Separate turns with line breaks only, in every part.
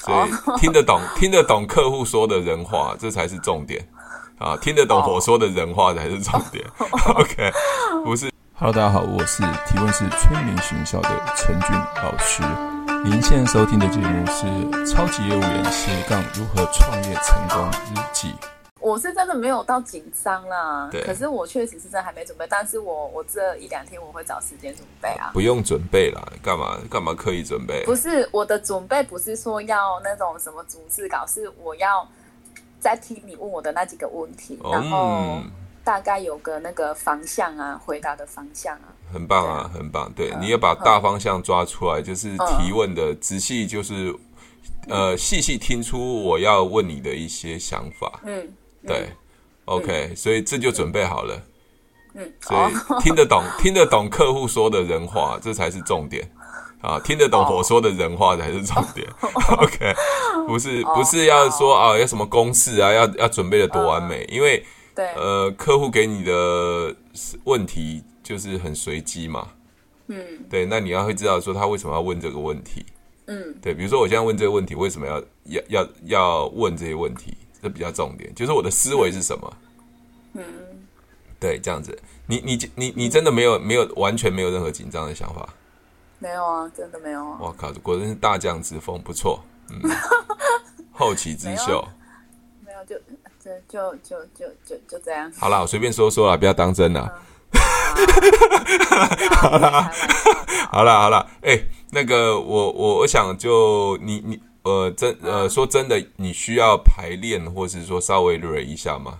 所以听得懂、听得懂客户说的人话，这才是重点啊！听得懂我说的人话才是重点。OK，不是。
Hello，大家好，我是提问是催眠学校的陈俊老师。您现在收听的节目是《超级业务员斜杠如何创业成功日记》。
我是真的没有到紧张啦
对，
可是我确实是真的还没准备，但是我我这一两天我会找时间准备啊。
不用准备啦，干嘛干嘛刻意准备？
不是我的准备，不是说要那种什么逐字稿，是我要在听你问我的那几个问题，
哦
然后
嗯
大概有个那个方向啊，回答的方向啊。嗯
很棒啊，很棒！对，你也把大方向抓出来，就是提问的仔细，就是
嗯
呃，细细听出我要问你的一些想法。
嗯
对，OK，所以这就准备好了。
嗯，
所
哦，
以听得懂、 听得懂客户说的人话，这才是重点
哦
啊！听得懂我说的人话才是重点。OK，不是不是要说
哦
啊，要什么公式啊，要要准备的多完美，
嗯
因为
对，
呃，客户给你的问题就是很随机嘛。
嗯
对，那你要会知道说他为什么要问这个问题。
嗯
对，比如说我现在问这个问题，为什么要要要要问这些问题？这比较重点，就是我的思维是什么。
嗯，
对，这样子，你你你你真的没有没有完全没有任何紧张的想法，
没有啊，真的没有啊。
我靠，果真是大将之风，不错，嗯， 后起之
没有啊
秀。
没有，就就就就就就就这 样。
好啦，我随便说说啦，不要当真啦。
好啦，开玩笑
好啦好啦，哎、那个我我我想就你你呃真呃说真的，你需要排练或是说稍微蕊一下吗？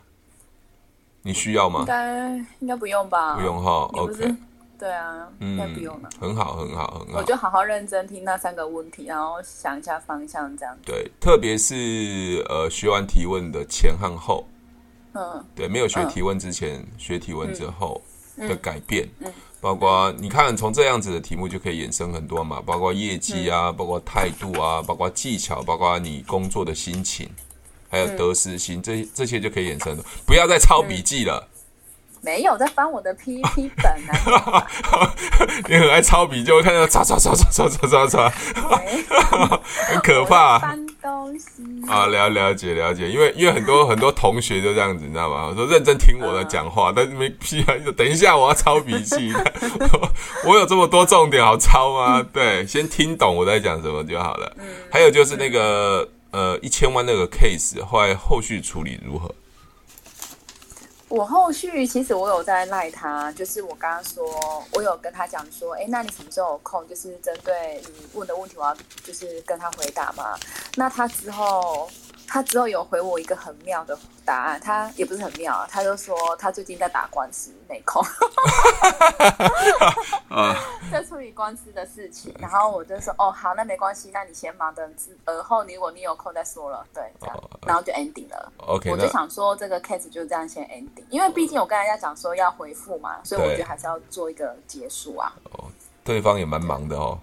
你需要
应
吗？
该应该不用吧？
不用哈
你不是
，OK，
对啊，应该
嗯
不用了。，
很好很好很好
我。就好好认真听那三个问题，然后想一下方向，这样。
对，特别是呃学完提问的前和后，
嗯
对，没有学
嗯
提问之前，学提问之后的改变，
嗯
包括你看从这样子的题目就可以衍生很多嘛，包括业绩啊，
嗯
包括态度啊，包括技巧，包括你工作的心情，还
嗯
有得失心，这这些就可以衍生很多。不要再抄笔记了，
没有在翻我的 PPT 本啊，
你很爱抄笔，就会看到抄抄抄抄抄抄抄抄，
喂
很可
我
怕
在。翻东西。
啊，了了解了解，因为因为很多很多同学就这样子，你知道吗？我说认真听我的
嗯
讲话，但是没屁啊！就等一下我要抄笔记， 我我有这么多重点好抄
嗯
吗？对，先听懂我在讲什么就好了。还有就是那个呃一千万那个 case，后来后续处理如何？
我后续其实我有在赖他，就是我刚刚说，我有跟他讲说，哎，那你什么时候有空？就是针对你问的问题，我要就是跟他回答嘛。那他之后，他之后有回我一个很妙的答案，他也不是很妙啊，他就说他最近在打官司，没空。
啊，
在处理官司的事情，然后我就说哦好，那没关系，那你先忙等之，而后你如果你有空再说了，对，这样，然后就 ending 了。
OK，
我
那
就想说这个 case 就这样先 ending，因为毕竟我跟人家讲说要回复嘛，所以我
对
觉得还是要做一个结束啊。
对方也蛮忙的哦。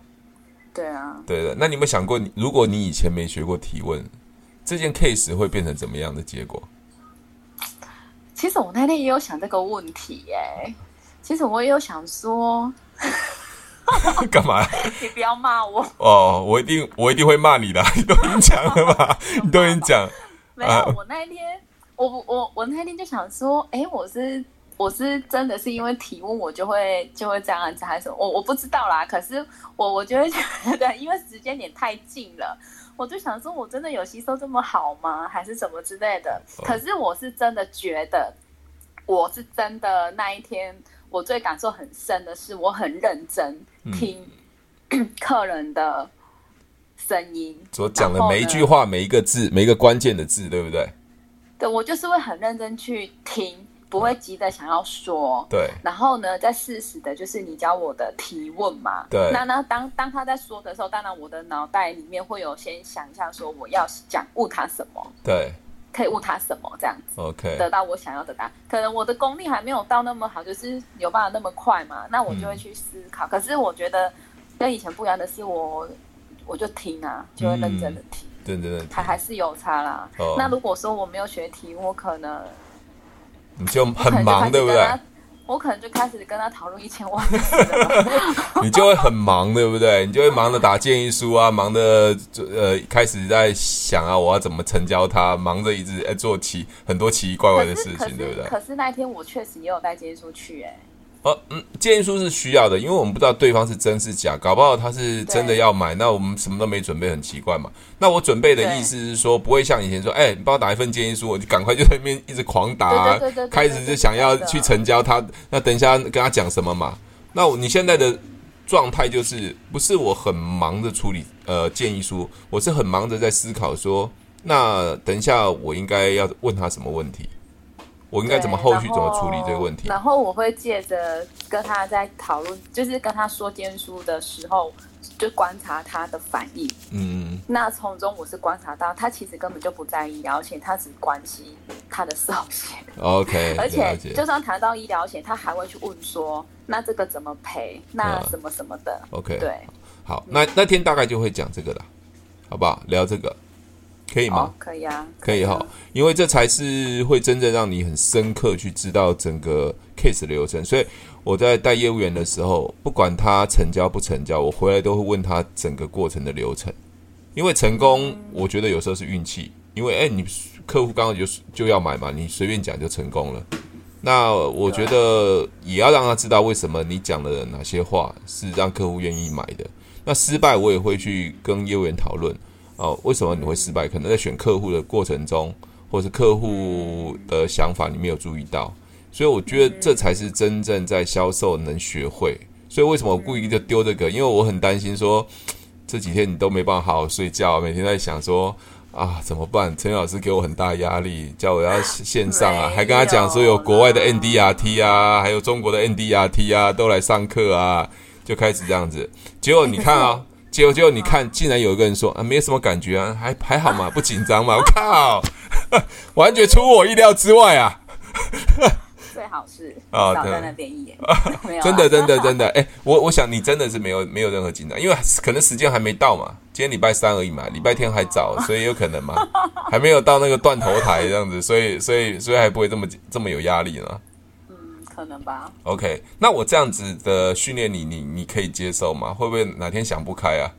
对啊，
对的，那你有没有想过，你如果你以前没学过提问，这件 case 会变成怎么样的结果？
其实我那天也有想这个问题耶、其实我也有想说，
干嘛？
你不要骂我，
哦，我一定我一定会骂你的， 你都已经讲了 嘛，你都已经讲，
没
啊
有，我那一天，我不我我那一天就想说，哎，我是我是真的是因为提问我就会就会这样子，还是我我不知道啦。可是我我就会觉得， 因为时间点太近了，我就想说，我真的有吸收这么好吗？还是什么之类的？可是我是真的觉得，我是真的那一天，我最感受很深的是，我很认真听、客人的声音，
所讲
然
的
后
每一
呢
句话、每一个字、每一个关键的字，对不对？
对我就是会很认真去听，不会急着想要说。
对，
然后呢，再适时的，就是你教我的提问嘛。
对
那那当当他在说的时候，当然我的脑袋里面会有先想一下，说我要讲问他什么，
对
可以问他什么这样子，
，OK，
得到我想要的答案。可能我的功力还没有到那么好，就是有办法那么快嘛。那我就
嗯
会去思考。可是我觉得跟以前不一样的是我，我就听啊，就会认真的听。
对对对，
还还是有差啦。
嗯哦
那如果说我没有学题，我可能
你就很
我
忙，
可能就开
对
始
不
跟
对
他？我可能就开始跟他讨论一千万的事 了。
你就会很忙，对不对？你就会忙着打建议书啊，忙着呃开始在想啊，我要怎么成交它，忙着一直哎做奇很多奇奇怪怪
可
的
是
事
可
情，对不
是
对？
可是那一天我确实也有带接出去、哎，
哦，嗯，建议书是需要的，因为我们不知道对方是真是假，搞不好他是真的要买，那我们什么都没准备，很奇怪嘛。那我准备的意思是说，不会像以前说，哎、你帮我打一份建议书，我就赶快就在那边一直狂打、啊，
对对对对对
开始就想要去成交他，那等一下跟他讲什么嘛？那我你现在的状态就是，不是我很忙着处理呃建议书，我是很忙着在思考说，那等一下我应该要问他什么问题，我应该怎么
对
后续
然
怎么处理这个问题？
然后我会借着跟他在讨论，就是跟他说天书的时候，就观察他的反应。
嗯。
那从中我是观察到，他其实根本就不在意医疗险，他只关心他的寿险。
OK，
而
哎了
且
解
就算谈到医疗险，他还会去问说，那这个怎么赔，那
嗯
什么什么的。
OK，
对，
好，那那天大概就会讲这个啦，好不好？聊这个可以吗？
哦，可以啊，
可以哈
啊，
因为这才是会真正让你很深刻去知道整个 case 的流程。所以我在带业务员的时候，不管他成交不成交，我回来都会问他整个过程的流程。因为成功，我觉得有时候是运气，因为哎，你客户刚刚就就要买嘛，你随便讲就成功了。那我觉得也要让他知道为什么你讲的哪些话是让客户愿意买的。那失败，我也会去跟业务员讨论。哦，为什么你会失败？可能在选客户的过程中，或是客户的想法你没有注意到，所以我觉得这才是真正在销售能学会。所以为什么我故意就丢这个？因为我很担心说这几天你都没办法好好睡觉，每天在想说啊怎么办？陈老师给我很大压力，叫我要线上啊，
没有
还跟他讲说有国外的
啦
NDRT 啊，还有中国的 NDRT 啊，都来上课啊，就开始这样子。结果你看啊， 结果结果你看，竟然有一个人说啊，没有什么感觉啊，还还好嘛，不紧张嘛。我靠， 完全出乎我意料之外啊！
最好是
哦
少在
对
那 边一眼，没有啊
真的，真的，真的，哎、我我想你真的是没有没有任何紧张，因为可能时间还没到嘛，今天礼拜三而已嘛，礼拜天还 早，所以有可能嘛，还没有到那个断头台这样子， 所以所以所以还不会这么这么有压力呢。
嗯可能吧。
OK，那我这样子的训练你，你你可以接受吗？会不会哪天想不开啊？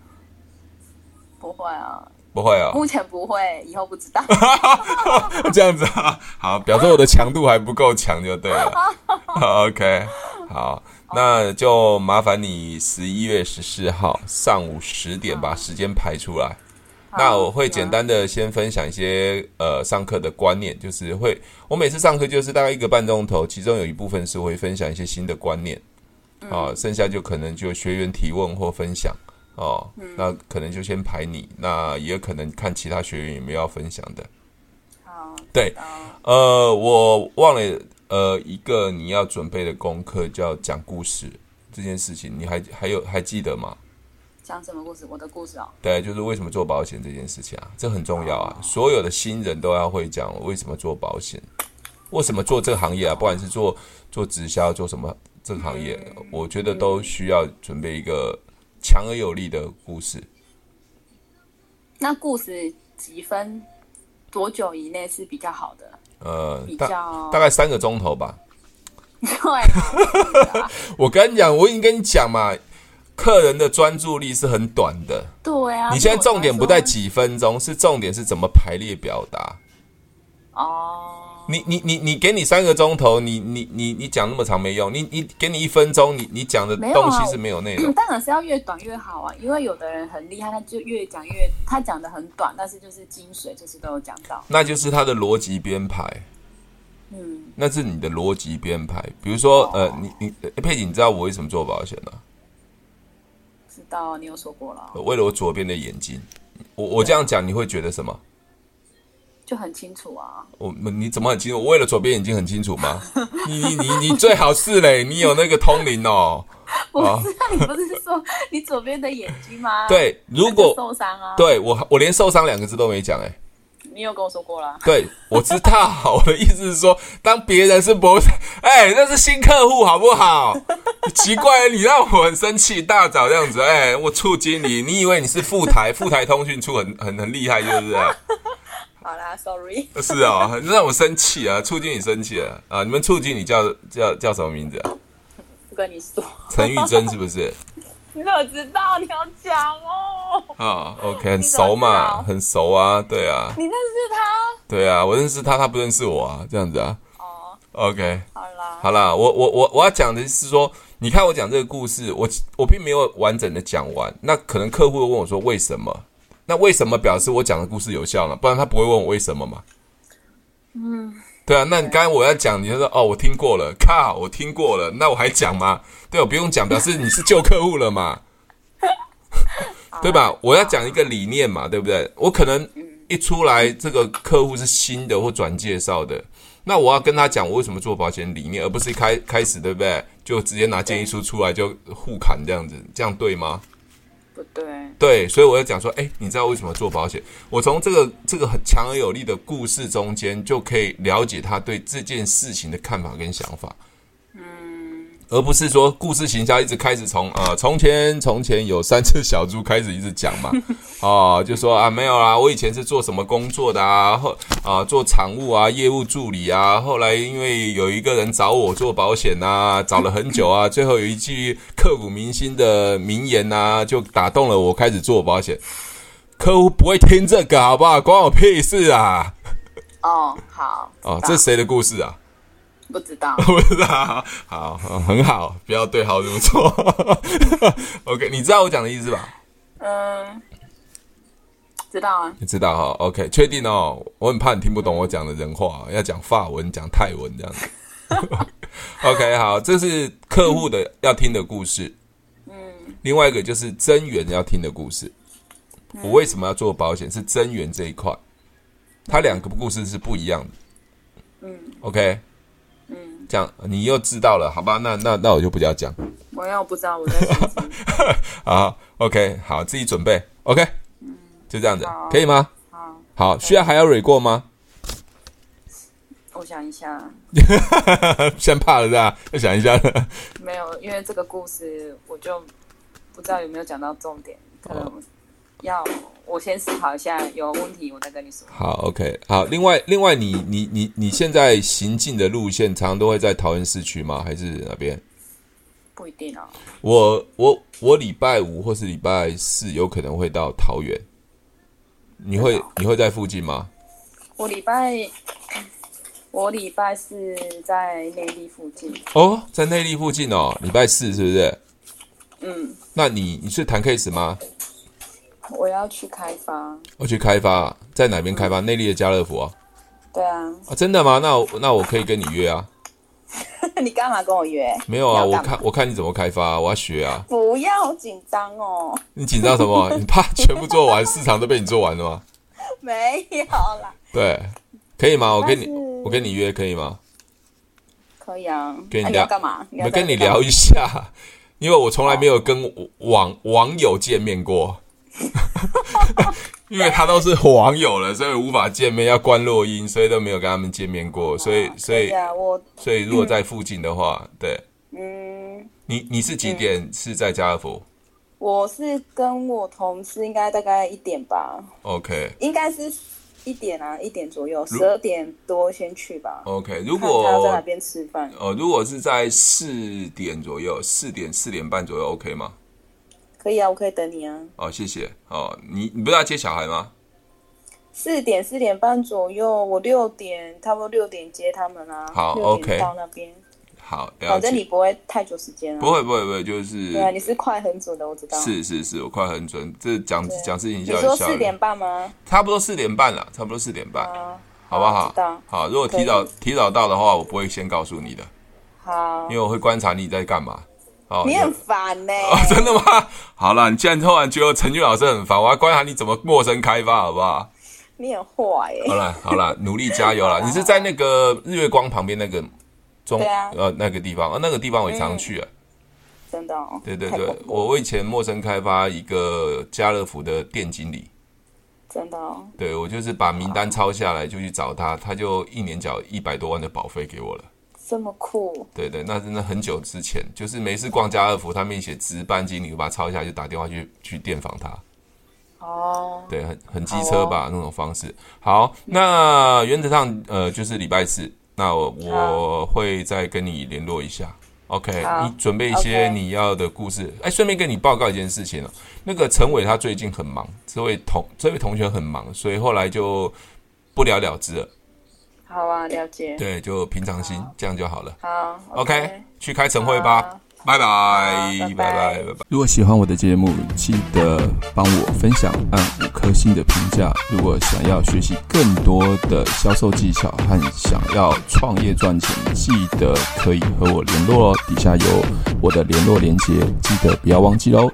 不会啊，
不会啊、
目前不会，以后不知道。
这样子啊，好，表示我的强度还不够强就对 了。好 OK，好，那就麻烦你十一月十四号上午十点把时间排出来。 那我会简单的先分享一些呃上课的观念，就是会我每次上课就是大概一个半钟头，其中有一部分是我会分享一些新的观念，啊，剩下就可能就学员提问或分享哦，那可能就先排你，那也可能看其他学员有没有要分享的。
好，
对，呃，我忘了，呃，一个你要准备的功课叫讲故事这件事情，你还还有还记得吗？
讲什么故事？我的故事哦。
对，就是为什么做保险这件事情啊，这很重要
哦
啊，所有的新人都要会讲为什么做保险，为什么做这个行业啊，不管是做做直销做什么这个行业，
嗯
我觉得都需要准备一个强而有力的故事。
那故事几分多久以内是比较好的？
呃
比，
大
较
大概三个钟头吧，
对啊，
我跟你讲，我已经跟你讲嘛，客人的专注力是很短的。
对啊。
你现在重点不在
所以
几分钟，是重点是怎么排列表达。
我才说哦。
你你你你给你三个钟头，你你你你讲那么长没用。你你给你一分钟，你你讲的
没有
东
啊
西是没有内容。
当然是要越短越好啊，因为有的人很厉害，他就越讲越，他讲的很短，但是就是精髓，就是都有讲到。
那就是它的逻辑编排，
嗯，
那是你的逻辑编排。比如说，呃，你你呃佩姐，你知道我为什么做保险吗、呃
知道你有说过了，
为了我左边的眼睛。我我这样讲，你会觉得什么？
就很清楚啊。
我你怎么很清楚？我为了左边眼睛很清楚吗？你你你你最好是嘞，你有那个通灵 哦。
不是，你不是说你左边的眼睛吗？，
对，如果
受伤啊，，
对我我连受伤两个字都没讲哎、
你有跟我说过了。
对我知道，我的意思是说，当别人是不，哎、那是新客户好不好？奇怪，你让我很生气，大早这样子，哎、我处经理，你以为你是副台，副台通讯处很很很厉害，就是不是？
好啦，啦，sorry。
是啊、哦，让我生气啊，促进你生气啊啊！你们促进你叫叫叫什么名字啊？
不跟你说，
陈玉珍是不是？
你怎么知道你要讲哦？
啊，OK，很熟嘛，
你怎么知道
很熟啊，对啊，
你认识他？
对啊，我认识他，他不认识我啊，这样子啊
哦，
，OK。
好啦，
好啦，我我我我要讲的是说，你看我讲这个故事，我我并没有完整的讲完，那可能客户会问我说为什么？那为什么表示我讲的故事有效呢？不然他不会问我为什么嘛。嗯，对啊，那你刚才我要讲，你就说哦，我听过了，靠，我听过了，那我还讲吗？对，我不用讲，表示你是旧客户了嘛，对吧？我要讲一个理念嘛，对不对？我可能一出来这个客户是新的或转介绍的，那我要跟他讲我为什么做保险理念，而不是一开开始对不对？就直接拿建议书出来就互砍这样子，这样对吗？
不对，
对，所以我要讲说，哎，你知道为什么做保险？我从这个这个很强而有力的故事中间，就可以了解他对这件事情的看法跟想法。嗯，而不是说故事行销一直开始从呃从前从前有三只小猪开始一直讲嘛，哦、就说啊没有啦，我以前是做什么工作的啊，后啊做产务啊，业务助理啊，后来因为有一个人找我做保险啊，找了很久啊，最后有一句刻骨铭心的名言啊，就打动了我，开始做保险。客户不会听这个，好不好？关我屁事啊！
哦，好，
哦，
知
这
道
谁的故事啊？
不知道，
不知道，好，很好，不要对号入座。OK，你知道我讲的意思吧？
嗯，知道啊，
你知道哈、o k 确定哦。我很怕你听不懂我讲的人话，要讲法文、讲泰文这样 子。OK，好，这是客户的要听的故事。嗯，另外一个就是增援要听的故事。我为什么要做保险？是增援这一块，它两个故事是不一样的。嗯，OK，嗯，这样你又知道了，好吧？那那那我就不要讲
我要不知道我在想什么
啊。OK，好，自己准备。OK，就这样子
好，
可以吗？
好，
好，需要还要蕊过吗？
我想一下，
先怕了是吧？要想一下了。
没有，因为这个故事我就不知道有没有讲到重点，可
哦
能要我先思考一下，有问题我再跟你 说。
好，OK，好。另外，另外你，你你你现在行进的路线，常常都会在桃园市区吗？还是哪边？
不一定哦，
我我我礼拜五或是礼拜四有可能会到桃园。你会你会在附近吗？
我礼拜嗯我礼拜是在内地附近，
哦，在内地附近哦，礼拜四是不是？
嗯，
那你你是谈 case 吗？
我要去开发，
我去开发，在哪边开发？内地的家乐福啊？
对啊，
啊，真的吗？那我那我可以跟你约啊？
你干嘛跟我约？
没有啊，
你
我
要干嘛
看我看你怎么开发啊、我要学啊。
不要好紧张哦，
你紧张什么？你怕全部做完，市场都被你做完了吗？
没有啦，
对，可以吗？我跟你
但是
我跟你约可以吗？
可以啊，
跟你
啊
聊
你要干嘛？你
我
要
们
在
跟你
干嘛
聊一下，因为我从来没有跟网网友见面过， 因为他都是网友了，所以无法见面，要关录音，所以都没有跟他们见面过。所以所以
对啊，我
所以如果在附近的话，对
嗯，
你你是几点是在家乐福
我是跟我同事应该大概一点吧，
？OK
应该是一点啊，一点左右，十二点多先去吧。
OK，如
看他要在哪
果
边吃饭，
呃如果是在四点左右，四点四点半左右 OK 吗？
可以啊，我可以等你啊。
哦，谢谢。哦，你你不是要接小孩吗？
四点四点半左右，我六点差不多六点接他们啊。
好
六
OK
点到那边，
好，了
反
解。
正你不会太久时间啊。
不，会不会不会，就是、
对啊，你是快很准的，我知道。
是是是，我快很准。这讲
对啊
讲事情
你
效
说
率效
四
率
点，半吗？
差不多四点半了，差不多四点半，
啊，
好不好
知道？
好，如果提早提早到的话，我不会先告诉你的，
好
因为。我会观察你在干嘛。哦，
你
有
很烦呢、
哦，真的吗？ 好了，你既然突然觉得陈俊老师很烦，我要观察你怎么陌生开发，好不好？
你很坏欸耶、
好了好了，努力加油啦！你是在那个日月光旁边那个中
对啊
呃那个地方，呃那个地方我也常去啊。
真的、哦。
对对
太恐
对，
怖
我我以前陌生开发一个家乐福的店经理，
真的、哦。
对我就是把名单抄下来就去找
嗯
他，他就一年缴一百多万的保费给我了。
这么酷，
对对，那真的很久之前，就是每次逛家乐福，他们写值班经理，我把它抄下来就打电话去去电访他。
哦，
对，很很机车吧、那种方式。好，那原则上呃就是礼拜四，那我我会再跟你联络一下。OK，
好
你准备一些
OK
你要的故事。哎，顺便跟你报告一件事情哦，那个陈伟他最近很忙，这位同这位同学很忙，所以后来就不了了之了。
好啊，了解。
对，就平常心，这样就好了。
好
OK，去开晨会吧，拜拜，
好
拜
拜拜
拜，拜拜。
如果喜欢我的节目，记得帮我分享，按五颗星的评价。如果想要学习更多的销售技巧和想要创业赚钱，记得可以和我联络哦。底下有我的联络连接，记得不要忘记喽。